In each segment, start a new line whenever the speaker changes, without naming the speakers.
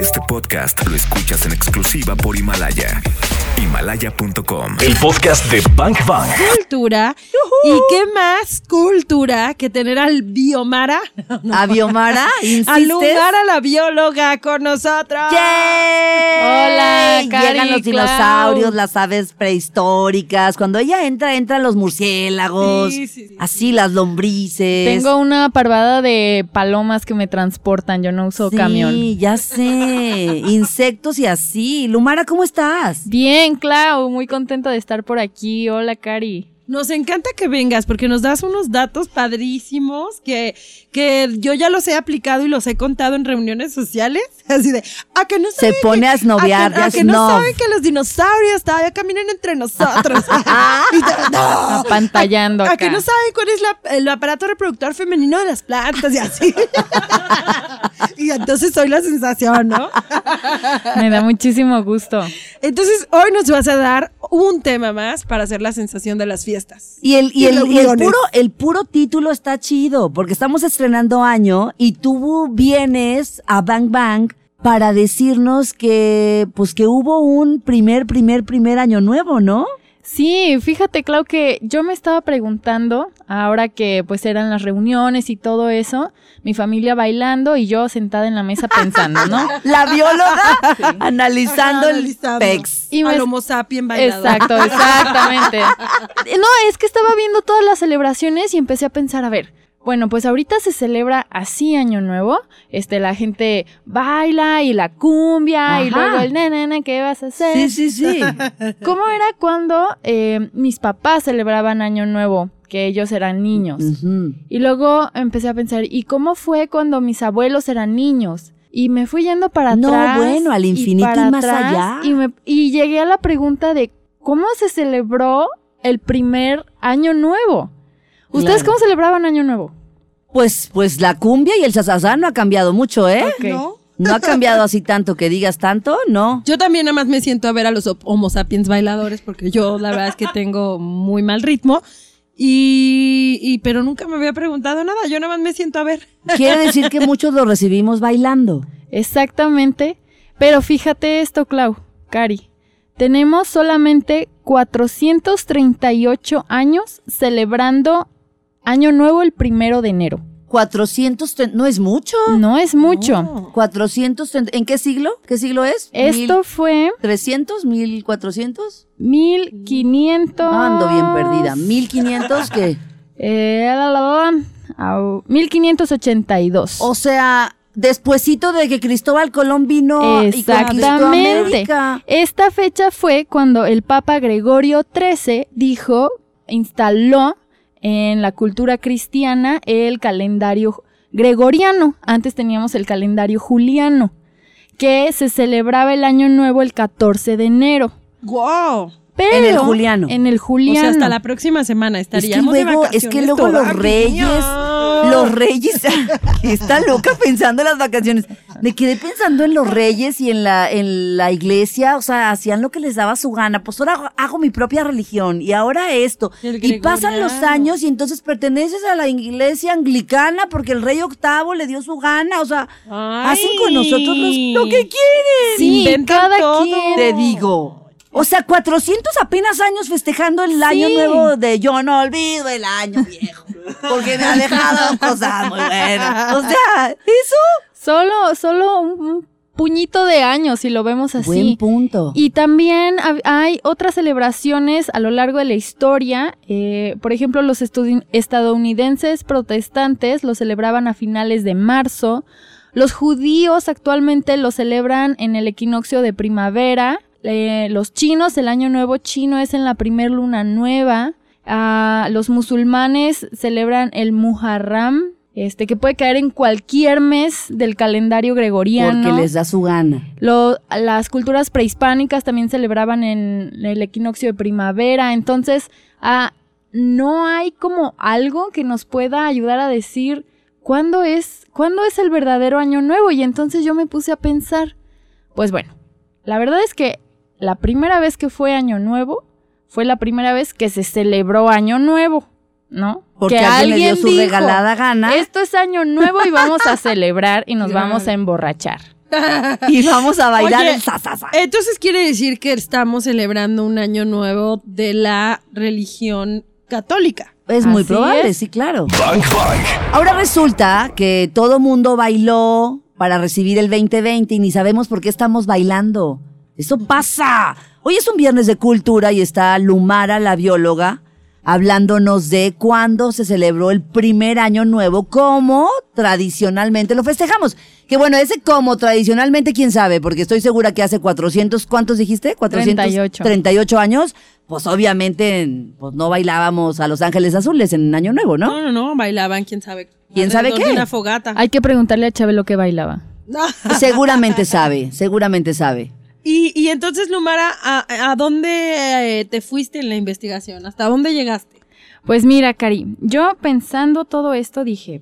Este podcast lo escuchas en exclusiva por Himalaya. Himalaya.com.
El podcast de Bank Bang.
cultura. ¿Y qué más cultura que tener al Biomara? No, no.
A Biomara,
Al
¿insistes?
lugar a la bióloga con nosotros.
¡Yay!
Hola, Cari,
Llegan los
Clau.
dinosaurios, las aves prehistóricas. Cuando ella entra, entran los murciélagos.
Sí, sí, sí.
así las lombrices.
Tengo una parvada de palomas que me transportan. Yo no uso
Sí,
camión.
ya sé. Insectos y así. Lumara, ¿cómo estás?
Bien, Clau, muy contenta de estar por aquí. Hola, Cari.
Nos encanta que vengas porque nos das unos datos padrísimos que, que yo ya los he aplicado y los he contado en reuniones sociales. Así de, a que no
Se
saben
pone
que-
a esnobear,
que,
ya
a que no
snob.
saben que los dinosaurios todavía caminan entre nosotros. Y yo, "No".
Apantallando
Oh. A, a que
acá.
no saben cuál es la- el aparato reproductor femenino de las plantas y así. y entonces soy la sensación, ¿no?
Me da muchísimo gusto.
Entonces hoy nos vas a dar un tema más para hacer la sensación de las fiestas.
Y el, y
Y
el-
los
y el
guiones.
puro, el puro título está chido, porque estamos estrenando año y tú vienes a Bang Bang para decirnos que, pues que hubo un primer, primer, primer año nuevo, ¿no?
Sí, fíjate, Clau, que yo me estaba preguntando, ahora que pues eran las reuniones y todo eso, mi familia bailando y yo sentada en la mesa pensando, ¿no?
La bióloga analizando,
Analizando.
el pex.
Y me-
Al homo sapien bailador.
Exacto, exactamente. No, es que estaba viendo todas las celebraciones y empecé a pensar, a ver, bueno, pues ahorita se celebra así Año Nuevo, este, la gente baila y la cumbia y
Ajá.
luego el nene, nene, ¿qué vas a hacer?
Sí, sí, sí.
¿Cómo era cuando eh, mis papás celebraban Año Nuevo, que ellos eran niños?
Ujú.
Y luego empecé a pensar, ¿y cómo fue cuando mis abuelos eran niños? Y me fui yendo para
No,
atrás.
bueno, al infinito y
para
más allá.
Y, me- y llegué a la pregunta de cómo se celebró el primer año nuevo. ¿Ustedes
Claro.
cómo celebraban año nuevo?
Pues, pues la cumbia y el sasasá no ha cambiado mucho, ¿eh?
Ok.
¿No?
No ha cambiado así tanto que digas tanto, no.
Yo también nada más me siento a ver a los hop- homo sapiens bailadores porque yo la verdad es que tengo muy mal ritmo. Y, y- pero nunca me había preguntado nada, yo nada más me siento a ver.
Quiere decir que muchos lo recibimos bailando.
Exactamente. Pero fíjate esto, Clau, Cari. Tenemos solamente 438 años celebrando año nuevo el primero de enero.
430, no es mucho.
No es mucho.
Oh,
430, ¿en qué siglo? ¿Qué siglo es?
Esto fue
¿300? ¿1400?
1500.
Ah, ando bien perdida. ¿1500 qué?
Eh, la, la, la, au, 1582.
O sea, despuesito de que Cristóbal Colón vino Oh, y conquistó
Exactamente.
América.
Esta fecha fue cuando el Papa Gregorio XIII dijo, instaló en la cultura cristiana el calendario gregoriano. Antes teníamos el calendario juliano, que se celebraba el año nuevo el 14 de enero.
¡Wow!
Pero
En el juliano.
En el
O
juliano.
sea, hasta la próxima semana
Es que,
estaríamos de
luego,
vacaciones
es que luego
toda
los
mi
reyes,
vida.
los reyes, está loca pensando en las vacaciones. Me quedé pensando en los reyes y en la, en la iglesia, o sea, hacían lo que les daba su gana. Pues ahora hago- hago mi propia religión y ahora esto.
El
Y pasan los
gregoriano.
años y entonces perteneces a la iglesia anglicana porque el rey octavo le dio su gana, o sea,
Ay.
hacen con nosotros los- lo que quieren.
Sí,
Inventan
cada
todo.
quien.
Te digo. O sea, 400 apenas años festejando el año nuevo de yo no olvido el año viejo, porque me ha dejado cosas muy buenas. O sea, eso.
Solo, solo un, un puñito de años, si lo vemos así.
punto.
Y también hab- hay otras celebraciones a lo largo de la historia. eh, por ejemplo, los estu- estadounidenses protestantes lo celebraban a finales de marzo. Los judíos actualmente lo celebran en el equinoccio de primavera. eh, los chinos, el año nuevo chino es en la primer luna nueva. Ah, los musulmanes celebran el Muharram, este que puede caer en cualquier mes del calendario gregoriano.
porque les da su gana.
Lo- las culturas prehispánicas también celebraban en el equinoccio de primavera. Entonces, ah, no hay como algo que nos pueda ayudar a decir cuándo es, cuándo es el verdadero año nuevo. Y entonces yo me puse a pensar, pues bueno, la verdad es que la primera vez que fue año nuevo fue la primera vez que se celebró año nuevo, ¿no?
Porque
que
alguien, le dio su
dijo,
regalada gana.
Esto es año nuevo y vamos a celebrar y nos
Claro.
vamos a emborrachar.
Y vamos a bailar
Oye,
el sasasa.
Entonces quiere decir que estamos celebrando un año nuevo de la religión católica.
Es muy
Así
probable,
es.
sí, claro.
Bank Bank.
Ahora resulta que todo mundo bailó para recibir el 2020 y ni sabemos por qué estamos bailando. Eso pasa. Hoy es un viernes de cultura y está Lumara, la bióloga, hablándonos de cuándo se celebró el primer año nuevo, como tradicionalmente lo festejamos. Que bueno, ese como tradicionalmente, quién sabe, porque estoy segura que hace 400, ¿cuántos dijiste? 438
38.
38 años, pues obviamente pues no bailábamos a Los Ángeles Azules en Año Nuevo, ¿no?
No, no, no, bailaban, quién sabe.
¿Quién sabe
alrededor
qué?
de Una fogata.
Hay que preguntarle a Chabelo que bailaba.
Seguramente sabe, seguramente sabe.
y, y entonces, Lumara, ¿a, a dónde eh, te fuiste en la investigación? ¿Hasta dónde llegaste?
Pues mira, Cari, yo pensando todo esto dije,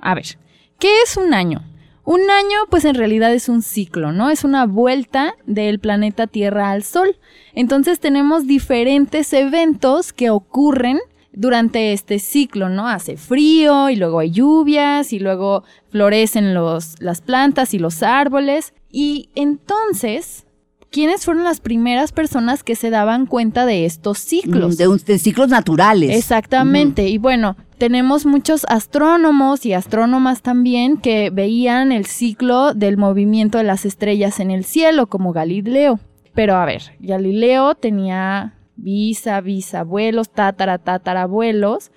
a ver, ¿qué es un año? Un año, pues en realidad es un ciclo, ¿no? Es una vuelta del planeta Tierra al Sol. Entonces tenemos diferentes eventos que ocurren durante este ciclo, ¿no? Hace frío y luego hay lluvias y luego florecen los, las plantas y los árboles. Y entonces, ¿quiénes fueron las primeras personas que se daban cuenta de estos ciclos?
Mm, De, un- de ciclos naturales.
Exactamente. Y bueno, tenemos muchos astrónomos y astrónomas también que veían el ciclo del movimiento de las estrellas en el cielo, como Galileo. Pero a ver, Galileo tenía visa, bisabuelos, tatara, tatarabuelos,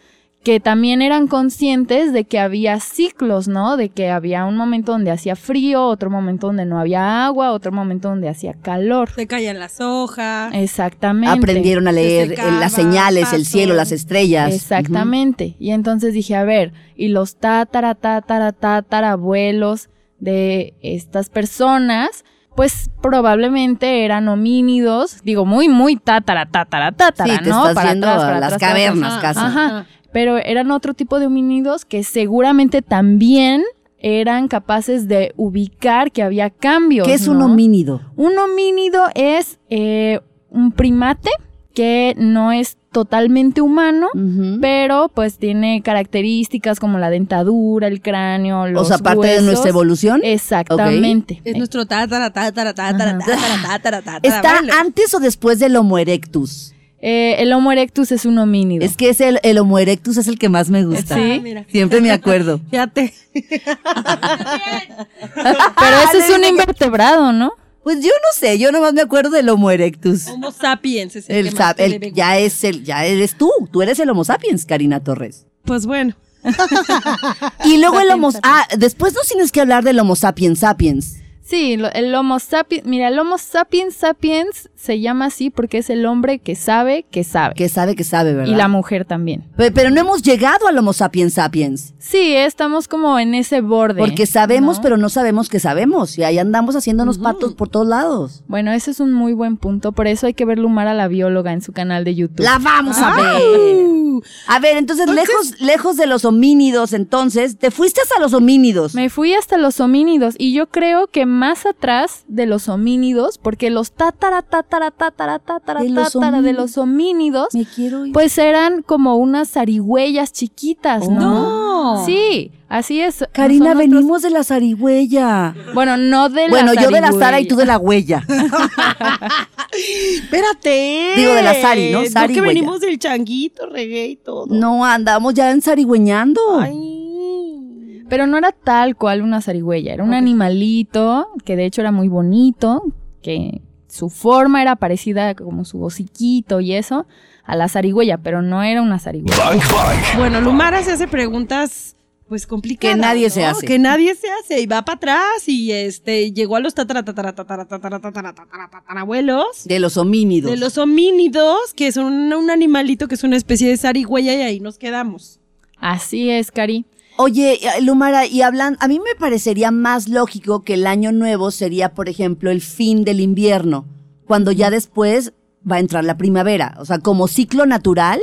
que también eran conscientes de que había ciclos, ¿no? De que había un momento donde hacía frío, otro momento donde no había agua, otro momento donde hacía calor.
Se caían las hojas.
Exactamente.
Aprendieron a leer
secaba,
eh, las señales, el
pasos.
cielo, las estrellas.
Exactamente. Y entonces dije, a ver, y los tatara, tatara, tatara abuelos de estas personas, pues probablemente eran homínidos, digo, muy, muy tatara, tatara,
Ujú.
tatara,
Sí, te
¿no?
estás yendo a las
atrás, para
cavernas
Ah, Ajá,
casi.
Ajá. pero eran otro tipo de homínidos que seguramente también eran capaces de ubicar que había cambios.
¿Qué es un
¿no?
homínido?
Un homínido es eh, un primate que no es totalmente humano,
Ujú.
pero pues tiene características como la dentadura, el cráneo, los
O sea, parte de
huesos. eh,
nuestra evolución.
Exactamente.
Es nuestro tatara, tatara, tatara,
Ajá.
tatara, tatara, tatara.
¿Está
abuelo.
antes o después del Homo erectus?
Eh, el Homo erectus es un homínido.
Es que es el, el Homo erectus es el que más me gusta.
Sí. Ah, mira.
Siempre me acuerdo.
Fíjate.
Pero
Ah,
ese es
le
un
dije-
invertebrado, ¿no?
Pues yo no sé, yo nomás me acuerdo del Homo erectus.
Homo sapiens es el,
El
que
sap-
más te
el-
le ve.
ya es el, ya eres tú, tú eres el Homo sapiens, Karina Torres.
Pues bueno.
Y luego el Homo, ah, después nos tienes que hablar del Homo sapiens sapiens.
Sí, lo- el Homo sapiens. Mira, el Homo sapiens sapiens se llama así porque es el hombre que sabe que sabe.
Que sabe que sabe, ¿verdad?
y la mujer también.
Pe- Pero, no hemos llegado al Homo sapiens sapiens.
Sí, estamos como en ese borde.
Porque sabemos,
¿no?
pero no sabemos que sabemos. Y ahí andamos haciéndonos patos por todos lados.
Bueno, ese es un muy buen punto. Por eso hay que ver Lumar a la bióloga en su canal de YouTube.
La vamos
Ah.
a ver.
Uh, Eh,
A ver, entonces, lejos, lejos de los homínidos, entonces, te fuiste hasta los homínidos.
Me fui hasta los homínidos y yo creo que más atrás de los homínidos, porque los tatara, tatara, tatara, tatara,
De los
tatara de
homínidos.
los homínidos,
Me quiero ir.
pues eran como unas zarigüeyas chiquitas, ¿no?
No.
Sí, así es.
Oh. Karina,
Son otros-
venimos de la zarigüeya.
Bueno, no de la
Bueno, yo de la
zarigüeya.
Sara y tú de la huella.
Espérate.
Digo, de la Sari, ¿no? Sari
que
huella.
venimos del changuito, reggae y todo.
No, andamos ya ensarigüeñando.
Ay.
Pero no era tal cual una zarigüeya, era un
Ok.
animalito que de hecho era muy bonito, que su forma era parecida como su hociquito y eso a la zarigüeya, pero no era una zarigüeya.
Bank Bank.
Bueno, Lumara se hace preguntas pues complicadas.
Que nadie se
¿no?
hace.
Que nadie se hace y va para atrás y este llegó a los tatara, tatara, tatara, tatara, tatara, tatara, tatarabuelos
De los homínidos.
de los homínidos, que son un, un animalito que es una especie de zarigüeya y ahí nos quedamos.
Así es, Cari.
Oye, eh, Lumara, y hablan, a mí me parecería más lógico que el año nuevo sería, por ejemplo, el fin del invierno, cuando ya después va a entrar la primavera, o sea, como ciclo natural,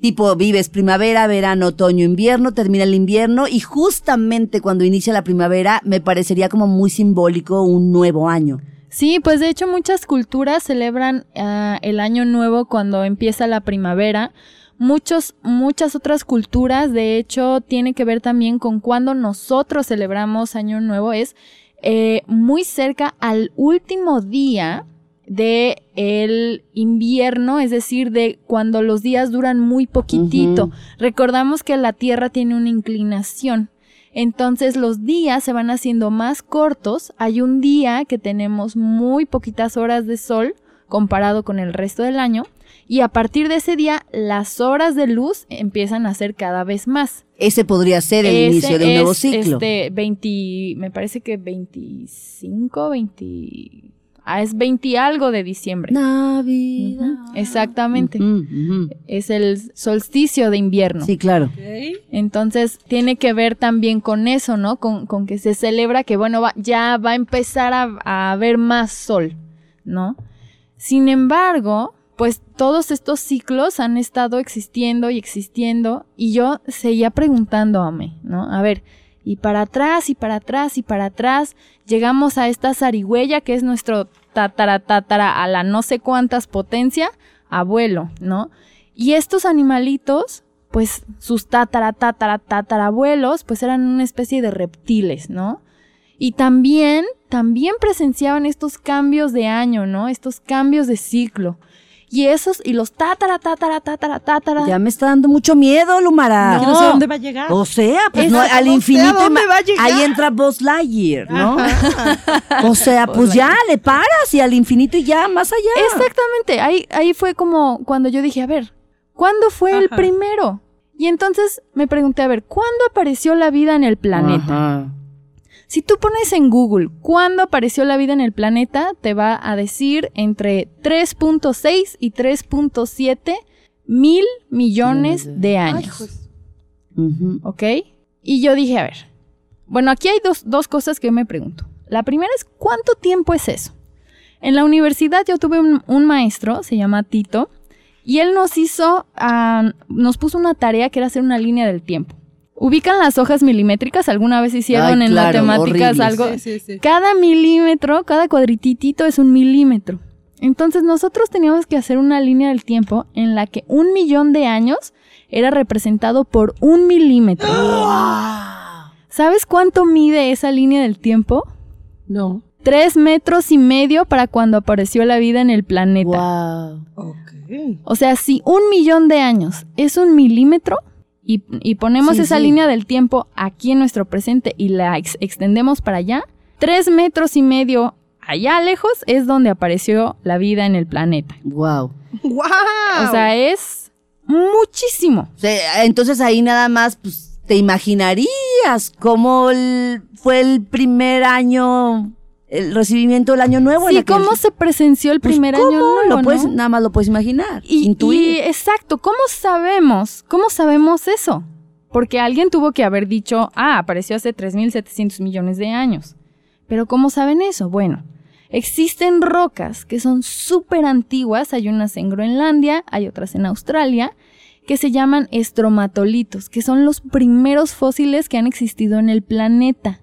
tipo vives primavera, verano, otoño, invierno, termina el invierno y justamente cuando inicia la primavera me parecería como muy simbólico un nuevo año.
Sí, pues de hecho muchas culturas celebran ah, el año nuevo cuando empieza la primavera. Muchos, muchas otras culturas, de hecho, tiene que ver también con cuando nosotros celebramos año nuevo. Es eh, muy cerca al último día de el invierno, es decir, de cuando los días duran muy poquitito.
Ujú.
Recordamos que la Tierra tiene una inclinación. Entonces los días se van haciendo más cortos. Hay un día que tenemos muy poquitas horas de sol comparado con el resto del año. Y a partir de ese día, las horas de luz empiezan a ser cada vez más.
Ese podría ser el
Ese
inicio de un nuevo
es,
ciclo.
Este, 20, me parece que 25, 20. Ah, es 20 algo de diciembre.
Navidad.
Ujú, Exactamente.
Ujú, ujú.
Es el solsticio de invierno.
Sí, claro.
Entonces tiene que ver también con eso, ¿no? Con, con que se celebra que, bueno, va- ya va a empezar a, a haber más sol, ¿no? Sin embargo, pues todos estos ciclos han estado existiendo y existiendo y yo seguía preguntándome, ¿no? A ver, y para atrás y para atrás y para atrás llegamos a esta zarigüeya que es nuestro tatara tatara a la no sé cuántas potencia abuelo, ¿no? Y estos animalitos, pues sus tatara, tatara, tatarabuelos, pues eran una especie de reptiles, ¿no? Y también, también presenciaban estos cambios de año, ¿no? Estos cambios de ciclo. Y esos, y los tatara, tatara, tatara, tatara.
Ya me está dando mucho miedo, Lumara.
Que Ah. no Oh. sé dónde va a llegar.
O sea, pues
Eso,
no,
o
al
sea,
infinito.
¿a dónde
ima-
va a llegar?
Ahí entra Buzz Lightyear, ¿no? O sea, pues ya le paras y al infinito y ya, más allá.
Exactamente, ahí, ahí fue como cuando yo dije, a ver, ¿cuándo fue el
Ajá.
primero? Y entonces me pregunté, a ver, ¿cuándo apareció la vida en el planeta?
Ajá.
Si tú pones en Google cuándo apareció la vida en el planeta, te va a decir entre 3.6 y 3.7 mil millones de años.
Ujú.
¿ok? Y yo dije, a ver, bueno, aquí hay dos, dos cosas que me pregunto. La primera es, ¿cuánto tiempo es eso? En la universidad yo tuve un, un maestro, se llama Tito, y él nos hizo, ah, nos puso una tarea que era hacer una línea del tiempo. Ubican las hojas milimétricas, alguna vez hicieron
Ay,
en
claro,
matemáticas
horribles.
algo.
Sí, sí, sí.
Cada milímetro, cada cuadrititito es un milímetro. Entonces nosotros teníamos que hacer una línea del tiempo en la que un millón de años era representado por un milímetro. ¿Sabes cuánto mide esa línea del tiempo?
No.
Tres metros y medio para cuando apareció la vida en el planeta.
Wow.
Ok.
O sea, si un millón de años es un milímetro y, y ponemos
Sí,
esa
sí.
línea del tiempo aquí en nuestro presente y la ex- extendemos para allá, tres metros y medio allá lejos es donde apareció la vida en el planeta.
Wow.
¡Wow!
O sea, es muchísimo.
O sea, entonces ahí nada más, pues, te imaginarías cómo el- fue el primer año, el recibimiento del año nuevo. en
sí,
aquel-
¿cómo se presenció el
Pues,
primer
¿cómo?
año nuevo?
Lo puedes,
no?
Nada más lo puedes imaginar,
Y, y
intuir.
exacto, ¿cómo sabemos? ¿Cómo sabemos eso? Porque alguien tuvo que haber dicho, ah, apareció hace 3.700 millones de años. Pero ¿cómo saben eso? Bueno, existen rocas que son súper antiguas, hay unas en Groenlandia, hay otras en Australia, que se llaman estromatolitos, que son los primeros fósiles que han existido en el planeta,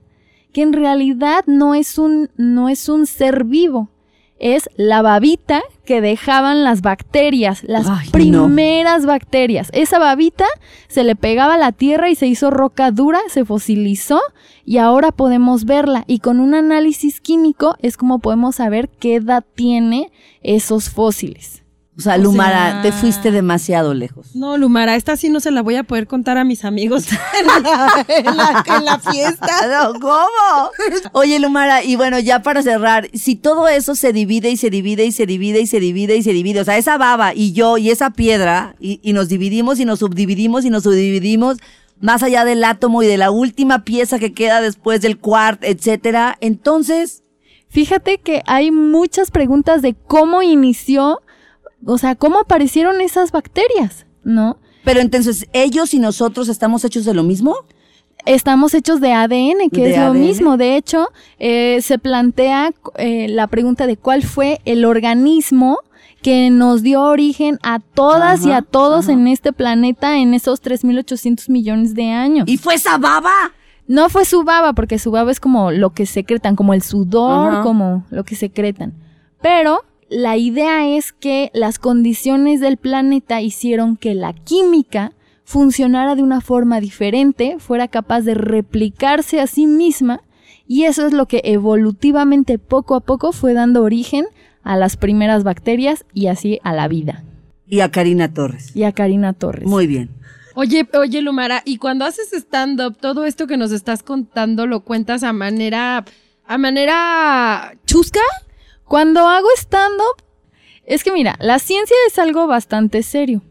que en realidad no es un, no es un ser vivo, es la babita que dejaban las bacterias, las
Ay, no.
primeras bacterias. Esa babita se le pegaba a la tierra y se hizo roca dura, se fosilizó y ahora podemos verla. Y con un análisis químico es como podemos saber qué edad tiene esos fósiles.
o sea,
o
Lumara,
sea-
te fuiste demasiado lejos.
No, Lumara, esta sí no se la voy a poder contar a mis amigos en la, en la- en la fiesta.
No, ¿Cómo? Oye, Lumara, y bueno, ya para cerrar, si todo eso se divide y se divide y se divide y se divide y se divide, o sea, esa baba y yo y esa piedra, y, y nos dividimos y nos subdividimos y nos subdividimos, más allá del átomo y de la última pieza que queda después del cuart, etcétera, entonces,
Fíjate que hay muchas preguntas de cómo inició, o sea, cómo aparecieron esas bacterias, ¿no?
pero entonces, ¿ellos y nosotros estamos hechos de lo mismo?
Estamos hechos de ADN, que
De
es lo
ADN.
mismo. De hecho, eh, se plantea eh, la pregunta de cuál fue el organismo que nos dio origen a todas y
Ajá,
a todos
ajá.
en este planeta en esos 3.800 millones de años.
¿Y fue esa baba?
No fue su baba, porque su baba es como lo que secretan, como el sudor,
Ajá.
como lo que secretan. Pero la idea es que las condiciones del planeta hicieron que la química funcionara de una forma diferente, fuera capaz de replicarse a sí misma y eso es lo que evolutivamente poco a poco fue dando origen a las primeras bacterias y así a la vida.
Y a Karina Torres.
Y a Karina Torres.
Muy bien.
Oye, oye, Lumara, y cuando haces stand-up, todo esto que nos estás contando lo cuentas a manera. a manera. chusca?
Cuando hago stand-up, es que mira, la ciencia es algo bastante serio,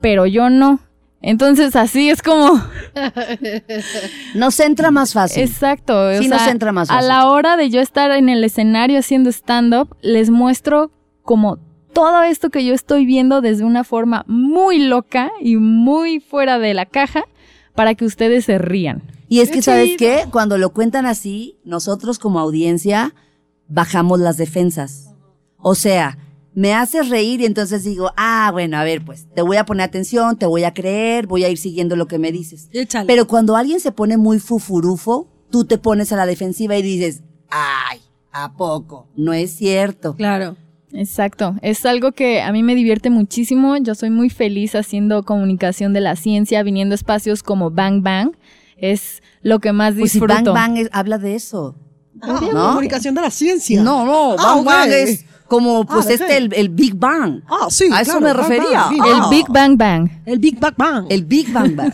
pero yo no. Entonces así es como...
Nos entra más fácil.
Exacto.
Ah, Sí,
o sea,
nos entra más
A
fácil.
la hora de yo estar en el escenario haciendo stand-up, les muestro como todo esto que yo estoy viendo desde una forma muy loca y muy fuera de la caja para que ustedes se rían.
Y es que,
Qué
¿sabes
chido.
qué? Cuando lo cuentan así, nosotros como audiencia bajamos las defensas. O sea, me haces reír y entonces digo, ah, bueno, a ver, pues te voy a poner atención, te voy a creer, voy a ir siguiendo lo que me dices.
Échale.
Pero cuando alguien se pone muy fufurufo, tú te pones a la defensiva y dices, ay, ¿a poco? No es cierto.
claro.
Exacto, es algo que a mí me divierte muchísimo, yo soy muy feliz haciendo comunicación de la ciencia, viniendo a espacios como Bang Bang, es lo que más
Pues si
disfruto.
Bang Bang es- habla de eso.
Ah,
¿No?
Comunicación de la ciencia.
No, no,
Ah,
Bang Bang
ok. Ah,
es como, pues
ok.
este, el, el Big Bang.
Ah, sí.
A eso
claro,
me
Bang
refería.
Bang,
El
Ah.
Big Bang Bang.
El Big Bang Bang.
El Big Bang Bang.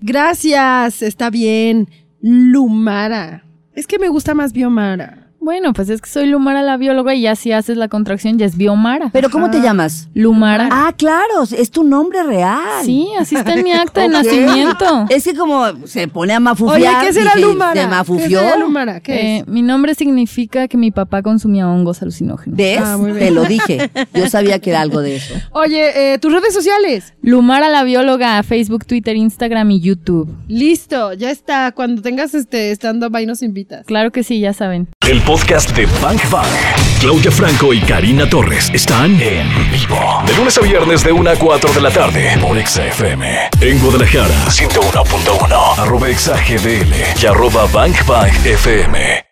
Gracias, está bien. Lumara. Es que me gusta más Biomara.
Bueno, pues es que soy Lumara la bióloga y ya si haces la contracción ya es Biomara.
Pero ¿cómo te llamas?
Lumara.
Ah, claro, es tu nombre real.
Sí, así está en mi acta de
Ok.
nacimiento.
Es que como se pone a
Oye,
mafufiar.
¿qué será
dije,
Lumara?
Se
¿Qué
mafufió.
será Lumara? ¿Qué
Eh,
es?
mi nombre significa que mi papá consumía hongos alucinógenos.
¿Ves?
Ah, muy bien.
Te lo dije. Yo sabía que era algo de eso.
Oye, eh, tus redes sociales.
Lumara la bióloga, Facebook, Twitter, Instagram y YouTube.
Listo, ya está. Cuando tengas este stand-up, ahí nos invitas.
Claro que sí, ya saben.
El podcast de Bank Bang. Claudia Franco y Karina Torres están en vivo. De lunes a viernes de 1 a 4 de la tarde por Exa FM. En Guadalajara, 101.1. Arroba Exa GDL y arroba Bank Bang FM.